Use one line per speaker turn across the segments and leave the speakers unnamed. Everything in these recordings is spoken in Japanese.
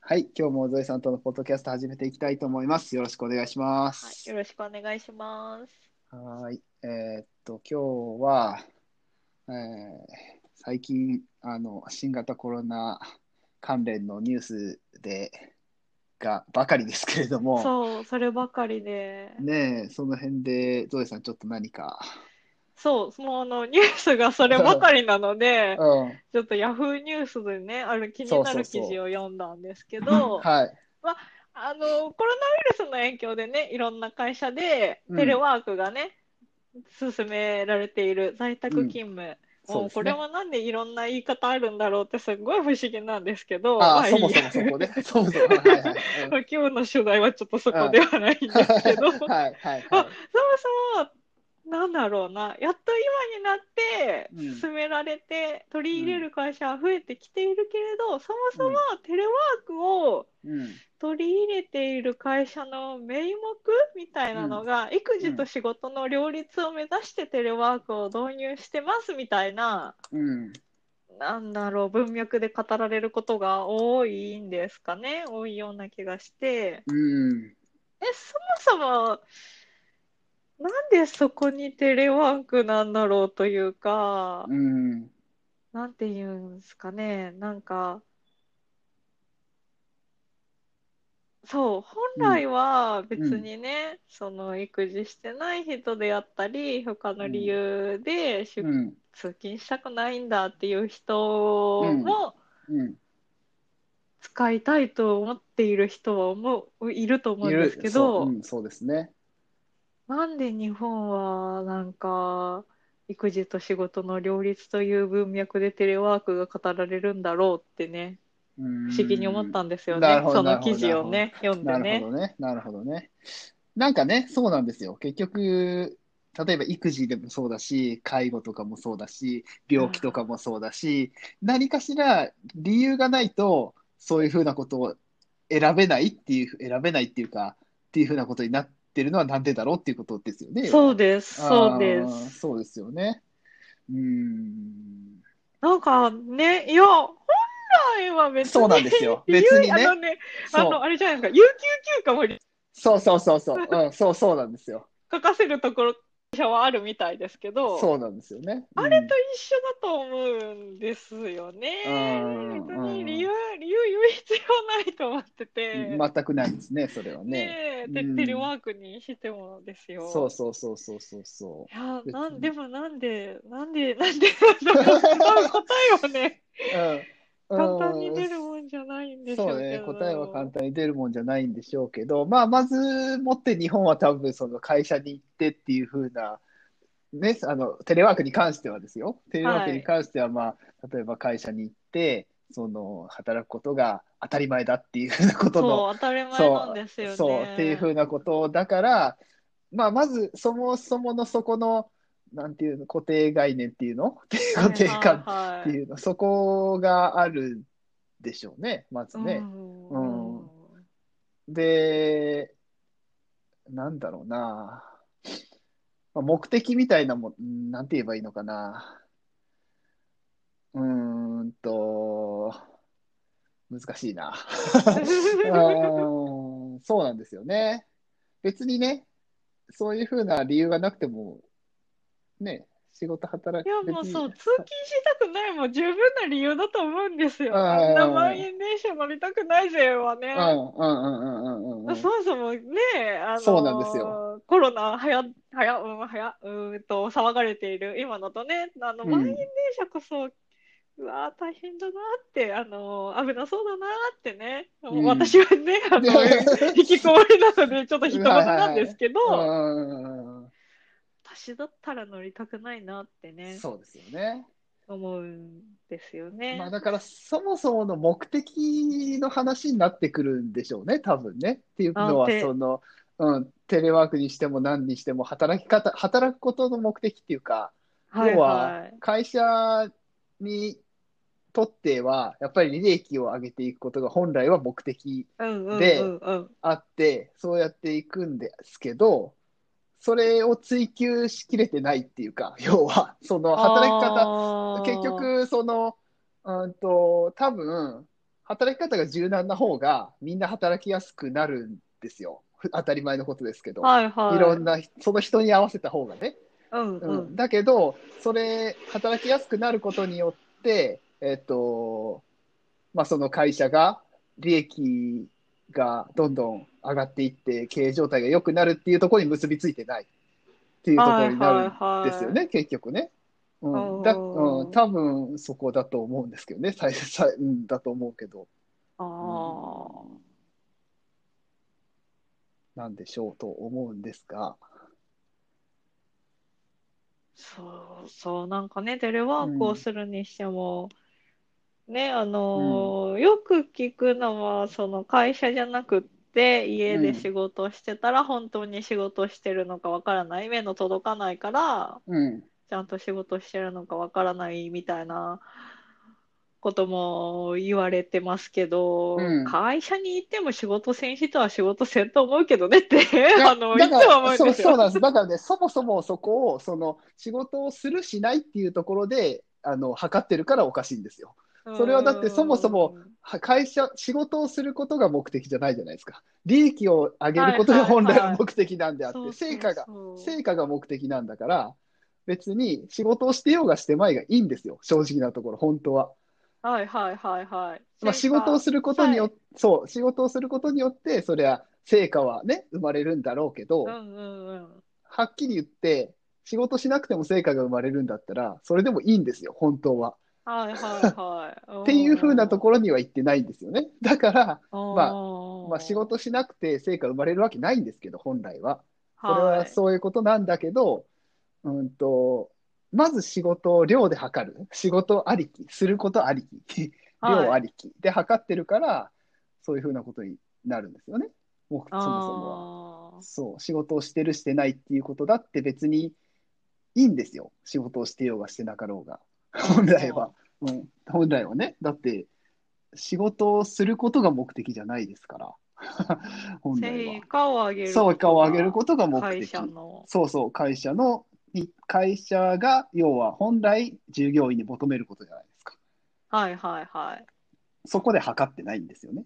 はい、今日もゾエさんとのポッドキャスト始めていきたいと思います。よろしくお願いしま
はい、
す
よ。ろしくお願いします。
はい、えーっと、今日は、えー最近、あの、新型コロナ関連のニュースで、が、ばかりですけれども、
そう、そればかりで。
ねえ、その辺で、ゾエさん、ちょっと何か、
そう、そのあのニュースがそればかりなので、
うん、
ちょっとヤフーニュースでね、ある気になる記事を読んだんですけど、
はい、
あのコロナウイルスの影響でね、いろんな会社で
うん
テレワークがね、進められている在宅勤務。
そうで
もう
す
こ
ね
れ。はなんでいろんな言い方あるんだろうってすごい不思議なんですけど、
あ
ま
あ、
あい
そ
い
もそもそこね。そもそも、はいはい。うん
今日の取材はちょっとそこではないんですけど、
はいはいは
あ
い。
そもそも、なんだろうな、やっと今になって
うん、
進められて、取り入れる会社は増えてきているけれど、そもそもテレワークを
うん、
取り入れている会社の名目みたいなのが、育児と仕事の両立を目指してテレワークを導入してますみたいな、
うん。
なんだろう、文脈で語られることが多いんですかね、多いような気がして。
うん。
え、そもそも、なんでそこにテレワークなんだろうというか、
うん。
なんていうんですかね、なんか、そう、本来は別にね、その育児してない人であったり、他の理由で出
うん。
通勤したくないんだっていう人も
うん。
使いたいと思っている人は思う、いると思うんですけ
そう
ど、
うん、そうですね。
なんで日本はなんか育児と仕事の両立という文脈でテレワークが語られるんだろうってね、
不
不思議に思ったんですよ
なる
ね。
ほど
その記事をね、読んで
なる
ね
ほ。どね。なるほどね。なんかね、そうなんですよ。結局、例えば育児でもそうだし、介護とかもそうだし、病気とかもそうだし、何かしら理由がないと、そういうふうなことを選べないっていう、選べないっていうか、っていうふうなことになってるのはなんでだろうっていうことですよね。
そうです、そうで
あー
す。
そうですよね。うーん。
なんかね、いや、本来は別
そうなん
に、
です よ。
有
別にね
あの。ね、あ
そう
の、あれじゃないですか、有給休暇も
そうそうそう そう。うん、そうそうなんですよ。
書かせるところ、会社はあるみたいですけど、
そうなんですよね。
あれと一緒だと思うんですよね
うん。
別に理由、理由言う必要ないと思って
う
て。
ん全くないですね、それはね。
ねえ、テ
うん
テレワークにしてもですよ。
そうそうそうそうそうそ
いや、
別
な
に
ん、でもなんで、なんで、なんで、なんだろう多分答えはね、
う。うん、
簡単に出る
ん
もんじゃないんでしょ
そうう
け
ね、
ど。
答えは簡単に出るもんじゃないんでしょうけど、まあ、まずもって日本は多分その会社に行ってっていう風な、ね、あの、テレワークに関してはですよ。テレワークに関しては、まあ、例えば会社に行って、その、働くことが当たり前だっていう風なことの
そう、当たり前なんですよね。
そう、っていうふうなことだから、まあ、まず、そもそものそこの、なんていうの、固定概念っていうの固定観
はい
っていうの、そこがあるでしょうね、まず
はいはい
ね。
うん
うん で、なんだろうな、まあ目的みたいなもん、うんなんて言えばいいのかな。うーんと、難しいな。うーんそうなんですよね。別にね、そういうふうな理由がなくても、ね、仕事働
い
く
やもうそう、通勤したくないも十分な理由だと思うんですよ。
うん
あんな満員電車乗りたくないぜはね。
うんうんうんうんうんうんうん。
そもそもね、あの
そうなんですよ
コロナはや、はや、うん、はや、うーんと、騒がれている今のとね、あの、
うん
満員電車こそ、うわー、大変だなって、あの危なそうだなってね、もう
うん
私は ね、あの、引きこもりなので、ちょっと人事なんですけど、
うんうんうん
私だったら乗りたくないなって
う
ね
ん、そうですよね。
思うんですよね。
まあだからそもそもの目的の話になってくるんでしょうね、多分ね。っていうのは
あて
その、うん、テレワークにしても何にしても働き方、働くことの目的っていうか、
はい
要
は
は会社にとってはやっぱり利益を上げていくことが本来は目的
い。うんうん
で
うんうん。
あってそうやっていくんですけどそれを追求しきれてないっていうか要はその働き方
あー
結、局そのうんと多分働き方が柔軟な方が、みんな働きやすくなるんですよ。ふ当たり前のことですけど。
はいはい。
いろんな、その人に合わせた方がね。
うんう
うんん、。だけど、それ、働きやすくなることによって、えっと、まあ、その会社が、利益がどんどん上がっていって、経営状態が良くなるっていうところに結びついてないっていうところになるんですよね、結局ね。うん、だ、
おー
うん、多分そこだと思うんですけどね、大切さ、うん、だと思うけど、
ああ。
なんでしょうと思うんですが、
そうそう、なんかね、テレワークをするにしても、ね、あのーよく聞くのは、その会社じゃなくって、家で仕事をしてたら、本当に仕事してるのかわからない、目の届かないから、
うん、
ちゃんと仕事してるのかわからないみたいなことも言われてますけど、
うん
会社に行っても仕事せん人は仕事せんと思うけどねって、
いや
あの、い
だ
つ
か
も思う
ら
ん
そう
ですよ。
そうなんです。だからね、そもそもそこを、その、仕事をするしないっていうところで、あの、測ってるからおかしいんですよ。それはだってそもそもは会社、仕事をすることが目的じゃないじゃないですか。利益を上げることが本来の目的なんであって、
そうそう
成果が、
そう
成果が目的なんだから、別に仕事をしてようがしてまいがいいんですよ、正直なところ、本当は。
はいはいはいはい。
まあ、仕事をすることによって、そう、仕事をすることによって、そりゃ、成果はね、生まれるんだろうけど、
うんうんうん。
はっきり言って、仕事しなくても成果が生まれるんだったら、それでもいいんですよ、本当は。
はいはいはい。
っていう風なところには行ってないんですよね。だから、
ろ
まあ
あ
まあ、仕事しなくて成果生まれるわけないんですけど、本来は。そ
そ
れはそういうことなんだけど、うんと、まず仕事を量で測る。仕事ありき、することありき、量あ
り
りきで測ってるから、そういう風なことになるんですよね。もうそもそもは。そう、仕事をしてるしてないっていうことだって別にいいんですよ。仕事をしてようがしてなかろうが。本来は。うん、本来はね。だって、仕事をすることが目的じゃないですから。 本来
成
は。
果を上げる。
成果を上げる
こ
ことが
と
目
が会
的。
社の。
そうそう、会社の、に会社が、要は本来従業員に求めることじゃないですか。
はいはいはい。
そこで測ってないんですよね。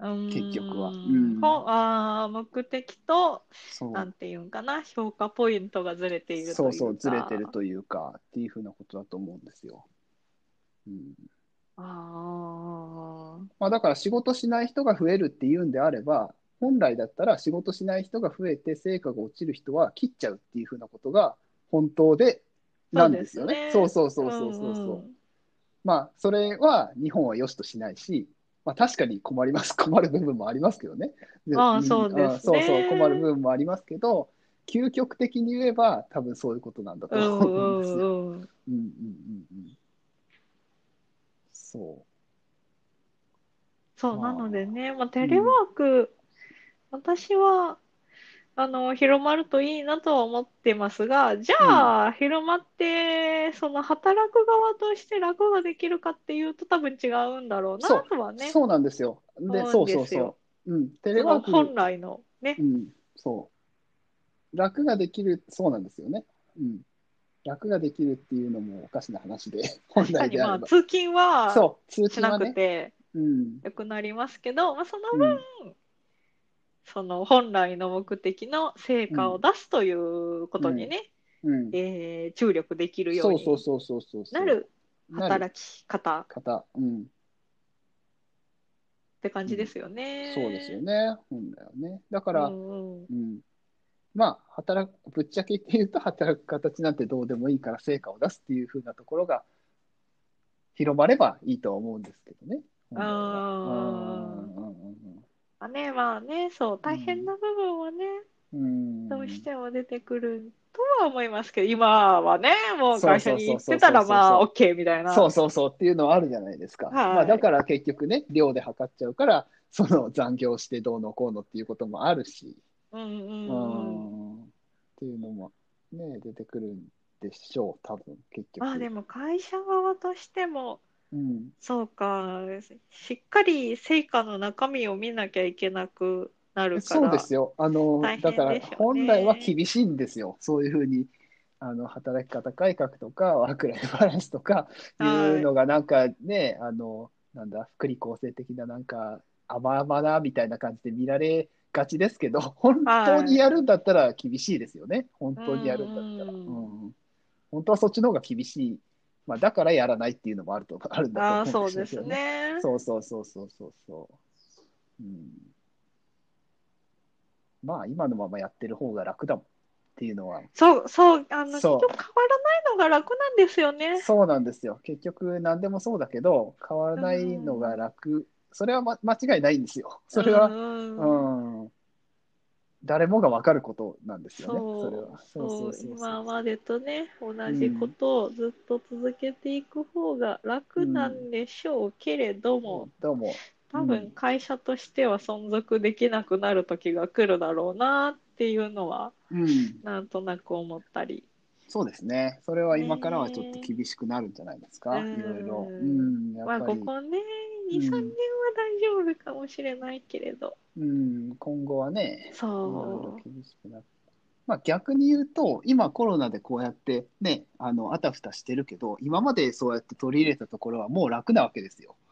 うーん
結局はうん
こあー目的と、
そう。
なんていうんかな、評価ポイントがずれているという
そ
か。
うそう、ずれてるというか、っていうふうなことだと思うんですよ。うん
あー
まあ、だから仕事しない人が増えるっていうんであれば、本来だったら仕事しない人が増えて成果が落ちる人は切っちゃうっていうふうなことが本当でなんですよね。
そう
そ
で
う
す
そうそうそうそうそう。
んん
まあ、それは日本は良しとしないし、まあ、確かに困ります、 困る部分もありますけどね。で
ああ
ん
そうですね
ああそうそう、困る部分もありますけど、究極的に言えば、多分そういうことなんだと
うん
思うん
う
ですよ。
んうん。
うんうんうんうん。そう。
そう、
まあ
なのでね、まあ、テレワーク、私は、あの、広まるといいなとは思ってますが、じゃあ、広まって、その、働く側として楽ができるかっていうと、多分違うんだろうな
そう
とはね、
そうなんですよ。で、
思
そううん
で
そう
す
そ
よ。
う。うん、テ
そ
レワ
の
ーク、
本来のね
う。ん、そう。楽ができる、そうなんですよね。うん。楽ができるっていうのもおかしな話 で、本
確か
来
に
であ
まあ、
れば。
通勤は
そう、通
し
勤
な
は
く
ね。
て
うん。
良くなりますけど、まあ、その
う
分、
ん
その、本来の目的の成果を出すということにね、
うん、
えー注力できるよう
そう
に
そうそうそうそうそう
なる
なる
働き方っ
方、うん、
て感じですよね。
そうですよね本来はねだから、
う
うん
んうん
まあ働くぶっちゃけ言うと働く形なんてどうでもいいから成果を出すっていう風なところが広まればいいとは思うんですけどね。本来は
あーまあね、まあね、そう、大変な部分はね、
うんうんうん
どうしても出てくるとは思いますけど、今はね、もう会社に行ってたら、
そうそうそうそう
まあ、OK みたいな。
そうそうそうっていうのはあるじゃないですか。
はい
まあ、だから結局ね量で測っちゃうからその残業してどうのこうのっていうこともあるし。
うんうんうん。
うんっていうのもね出てくるんでしょう多分結局。
まあでも会社側としても、
うん、
そうか、しっかり成果の中身を見なきゃいけなくなるか
そう
ら。
ですよあの
大変
だから
でしょうね
本来は厳しいんですよそういうふうにあの働き方改革とかワークライフバランスとかい
はいう
のがなんかねあのなんだ、福利厚生的な、なんか、甘々なみたいな感じで見られがちですけど、本当にやるんだったら厳しいですよね。本当にやるんだったら。
う
うんん本当はそっちの方が厳しい。まあ、だからやらないっていうのもあると、あるん
あ
だ
あ、
と思
そううん
で
です
よ
す
ね。
ね。
そうそうそうそうそうそう。うん、まあ、今のままやってる方が楽だもんっていうのは、
そう、そう、あの、結
そう
局変わらないのが楽なんですよね。
そうなんですよ。結局、何でもそうだけど、変わらないのが楽。それは、ま、間違いないんですよ。それは、
うんうん
うん。誰もが分かることなんですよね。それ
そう
は。、
そう、今までとね、同
う
じ
ん
ことをずっと続けていく方が楽なんでしょうけれども、
どうも。うん
多分会社としては存続できなくなる時が来るだろうなっていうのは、
うん。
なんとなく思ったり。
そうですね。それは今からはちょっと厳しくなるんじゃないですか。い
ねえ
ろいろ。
う
うんん。やっ
まあ、
ぱ
こ
り、
こね、
う
2、
ん
3年は大丈夫かもしれないけれど。
うん。今後はね、いろ
そ
いろ厳しくなる。まあ逆に言うと、今コロナでこうやってね、あの、あたふたしてるけど、今までそうやって取り入れたところはもう楽なわけですよ。
う。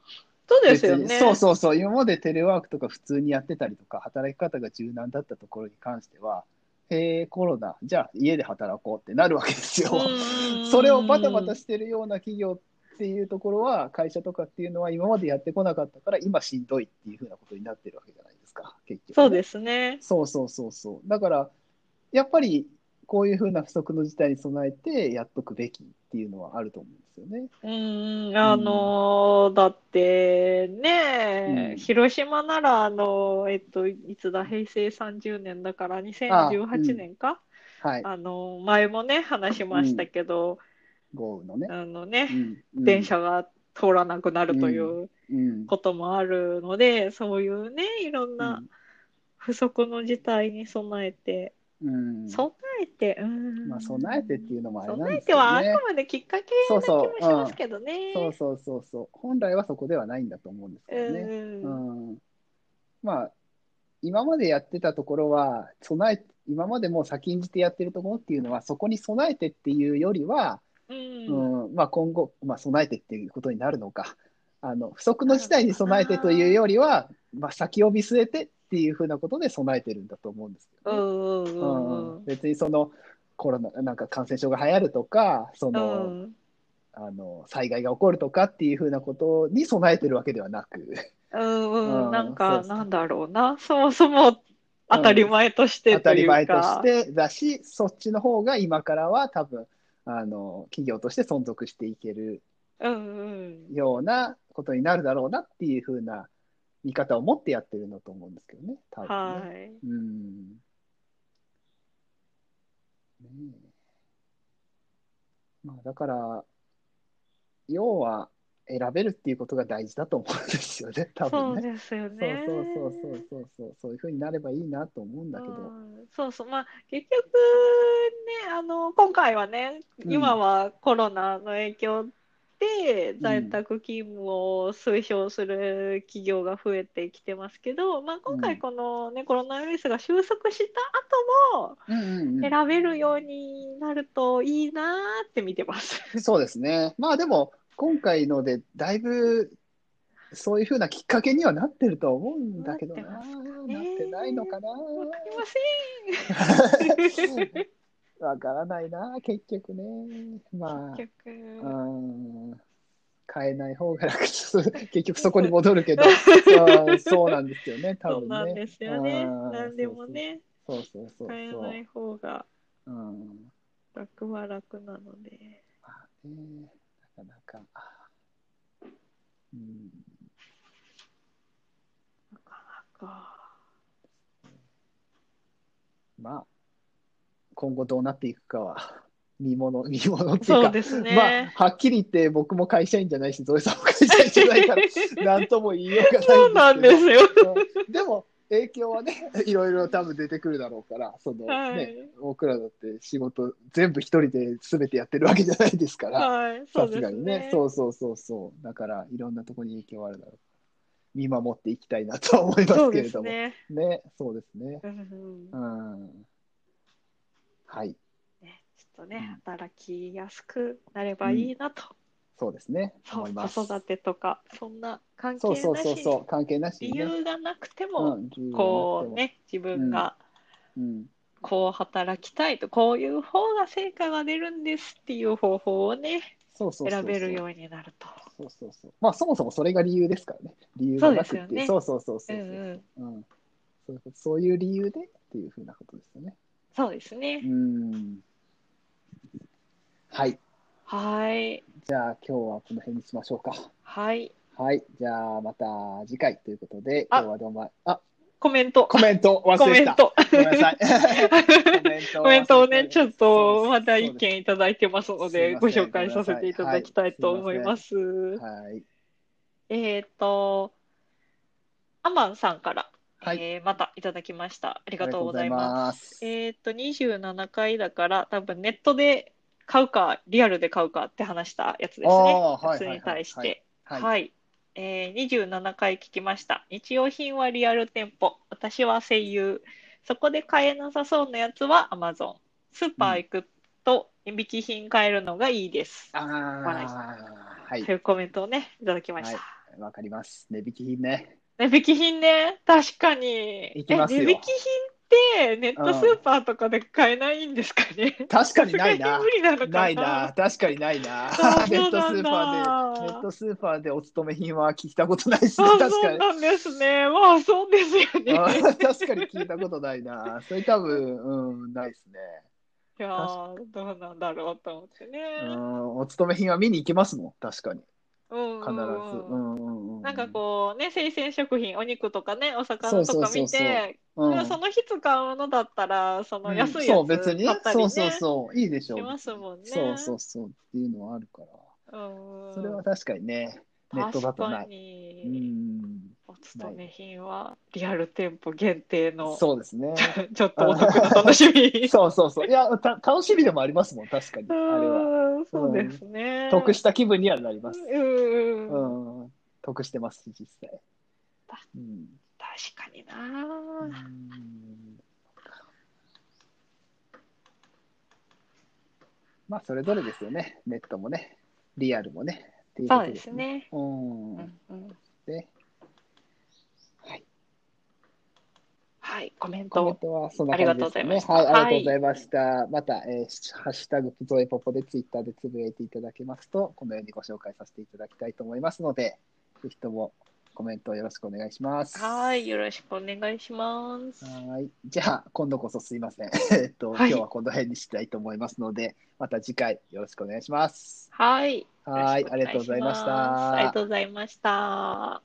そうですよね。
別にそうそうそう、今までテレワークとか普通にやってたりとか、働き方が柔軟だったところに関しては、えー、コロナ、じゃあ家で働こうってなるわけですよ。
うん
それをバタバタしてるような企業っていうところは、会社とかっていうのは今までやってこなかったから、今しんどいっていうふうなことになってるわけじゃないですか、結局。
そうですね。
そうそうそうそう。だから、やっぱりこういうふうな不測の事態に備えてやっとくべきっていうのはあると思うんですよね。
うん、あのーだってね、
うん
広島なら、あのーえっと、いつだ、平成30年だから、2018年か、
はい
あ、のー前もね、話しましたけど、
豪雨のね。
あのね、
うん
電、車が通らなくなるという
うん、
こともあるので、そういうね、いろんな不測の事態に備えて、
うん、
備えて、うん、
まあ備えてっていうのもあれなん
備え
です
ては
よね。
あくまできっかけ
そう
な気も
そう
しますけどね。
そうそうそうそう。本来はそこではないんだと思うんですけどね。
うん
うん。まあ今までやってたところは備え今までもう先んじてやってるところっていうのはそこに備えてっていうよりは、
うん、
うん、まあ今後まあ備えてっていうことになるのか。あの不測の事態に備えてというよりは、まあ、先を見据えてっていうふうなことで備えてるんだと思うんですけどね、
うんうんうんうん
別にそのコロナなんか感染症が流行るとかそうの、
ん
あの災害が起こるとかっていうふうなことに備えてるわけではな く
うんう
うんん
なん
そう
か
です
なんだろうなそもそも当たり前として
当
と
たり
いう
前と
か
してだしそっちの方が今からは多分あの企業として存続していける
うんうん
ようなことになるだろうなっていうふうな見方を持ってやってるんだと思うんですけどね多分ね。
はい
うんねえまあ、だから、要は選べるっていうことが大事だと思うんですよね、多
そ
分
う
ね。
ですよ
そう
ね
そうそうそうそうそう、そういうふうになればいいなと思うんだけど。
うんそうそうまあ結局ねあの今回はね
うん
今はコロナの影響で在宅勤務を推奨する企業が増えてきてますけど、まあ、今
う
回
ん
この、ね、コロナウイルスが収束した後も
うんうん
選べるようになるといいなーって見て ます。
うん、そうですね。まあでも、今回ので、だいぶ、そういうふうなきっかけにはなってると思うんだけどな。
な
な
って
ってないのかな。
わかりません結
わからないな、結局ね。まあ。
局
うん変えない方が楽です。結局そこに戻るけ ど、うんそうなんですよね、多
そう
分
な
ね。
んですよね。
うん
何でもね
そうそうそうそう。
変えない方が
うん
楽は楽なので。
まあねなかなか。うん
なかなか
まあ、今後どうなっていくかは、 見もの、見 ものってい
そうう
か、
ですね。
まあ、はっきり言って僕も会社員じゃないし、ゾエさんも会社員じゃないから、な んとも言いようがないんですけど。
そうなんですよ。
うんでも影響はね、いろいろ多分出てくるだろうから、その、
はい
ね、僕らだって仕事全部一人で全てやってるわけじゃないですから、
はい、そ
さ
うですす
がにね、そうそうそうそう、だからいろんなところに影響はあるだろう。見守っていきたいなとは思いま
そ
す
う
け
で
れ
す
ども、ね
ね。
そうですね。
うんうん
うん。はい、
ねちょっとね、働きやすくなればいいなと
そうですね。
そ、
思いうます。
子育てとか、そんな関係
そう
なし
そうそう
に
そう、関係なし
理
にね。
由がなくて
う
も、
ん、理由がなくても
こう。ね、自分が
うん、
こう働きたいと、こういう方が成果が出るんですっていう方法をね、
そうそうそうそう。
選べるようになると。
そうそうそう。まあ、そもそもそれが理由ですからね。理由がなく
そう
って
です
いう。
よ
そ
ね
うそうそうそうう。
んうん、
うんそういうことそういう理由でっていうふうなことですよね。
そうですね
う。ん。はい。
はい。
じゃあ今日はこの辺にしましょうか。
はい。
はい。じゃあまた次回ということで、
あ
今日はどうもあ、あ
コメント。
コメント忘
コメ
れて
ン
た。
ト。
ごめんなさい。コメント
コメントをね、ちょっとま
だ
だ意見いただいてますので、
そ
ご
うです
紹介させていただきたいと思います。
はい。
えっ、と、アマンさんから、
はい。
えーまたいただきました。あり
あ
がとうございます。
す
えっ、と、27回だから、多分ネットで買うか、リアルで買うかって話したやつですね。
あーはい
やつに対し
はいはい
て。はい、
はい。
えー27回聞きました。日用品はリアル店舗。私は声優。そこで買えなさそうなやつは Amazon。スーパー行くと、引引き品買えるのがいいです。
ああ
笑い
はい
と。いうコメントをね、いただきました。
わかります。値引き品ね。
値引き品ね、確かに。
行きますよ
え値引き品って、ネットスーパーとかで買えないんですかね。
確かにないな
さすがに無理なのかな。
ないな。確かにないな
あ。
ネ
そ
ッ
う
ト
な
ス
ん
ー
だ
パーで、ネットスーパーでお勤め品は聞いたことないですね。
あ、
確
そ
か
う
に。
なんですね。まあ、そうですよね。
あー確かに聞いたことないな。それ多分、うん、ないですね。
いやー、どうなんだろうと思ってね。
うん、お勤め品は見に行きますもん。確かに。
うん、
必ず。うんうんうん。
なんかこうね、生鮮食品、お肉とかね、お魚と
そうそう
か
そう
見
そう
て、
うん、
まあその日使うのだったら、その安いや
そう、
つ
別に
買ったり
そ
ね
うそうそう。いいでしょう。
しますもんね。
そうそうそう。っていうのはあるから。
うん
それは確かにね。ネットだとない
確か
う
に、
ん。
お勤め品はリアル店舗限定の、
そうですね。
ちょっとお得な楽し み。
そうそうそう。いや、た楽しみでもありますもん、確かに。あ
う
れは。
んそうですね。
得した気分にはなります。
うん
う。ん。得してます、実際。うん。
確かにな
う
ぁ。
んまあ、それぞれですよね。ネットもね、リアルもね。っていこ
そ
と
うです。ね。
うん。
うん
で、
はい、コメン
コメン
ト。
トはそんな感じですね。はい、ありがとうございました。また、えーハッシュタグプゾエポポでツイッターでつぶやいていただけますと、このようにご紹介させていただきたいと思いますので、ぜひともコメントよろしくお願いします。
はい、よろしくお願いします。
はい。じゃあ、今度こそすいません。 えっと、
はい
今日はこの辺にしたいと思いますので、また次回よろしくお願いします。
はい。
はい、ありがとうございました。
ありがとうございました。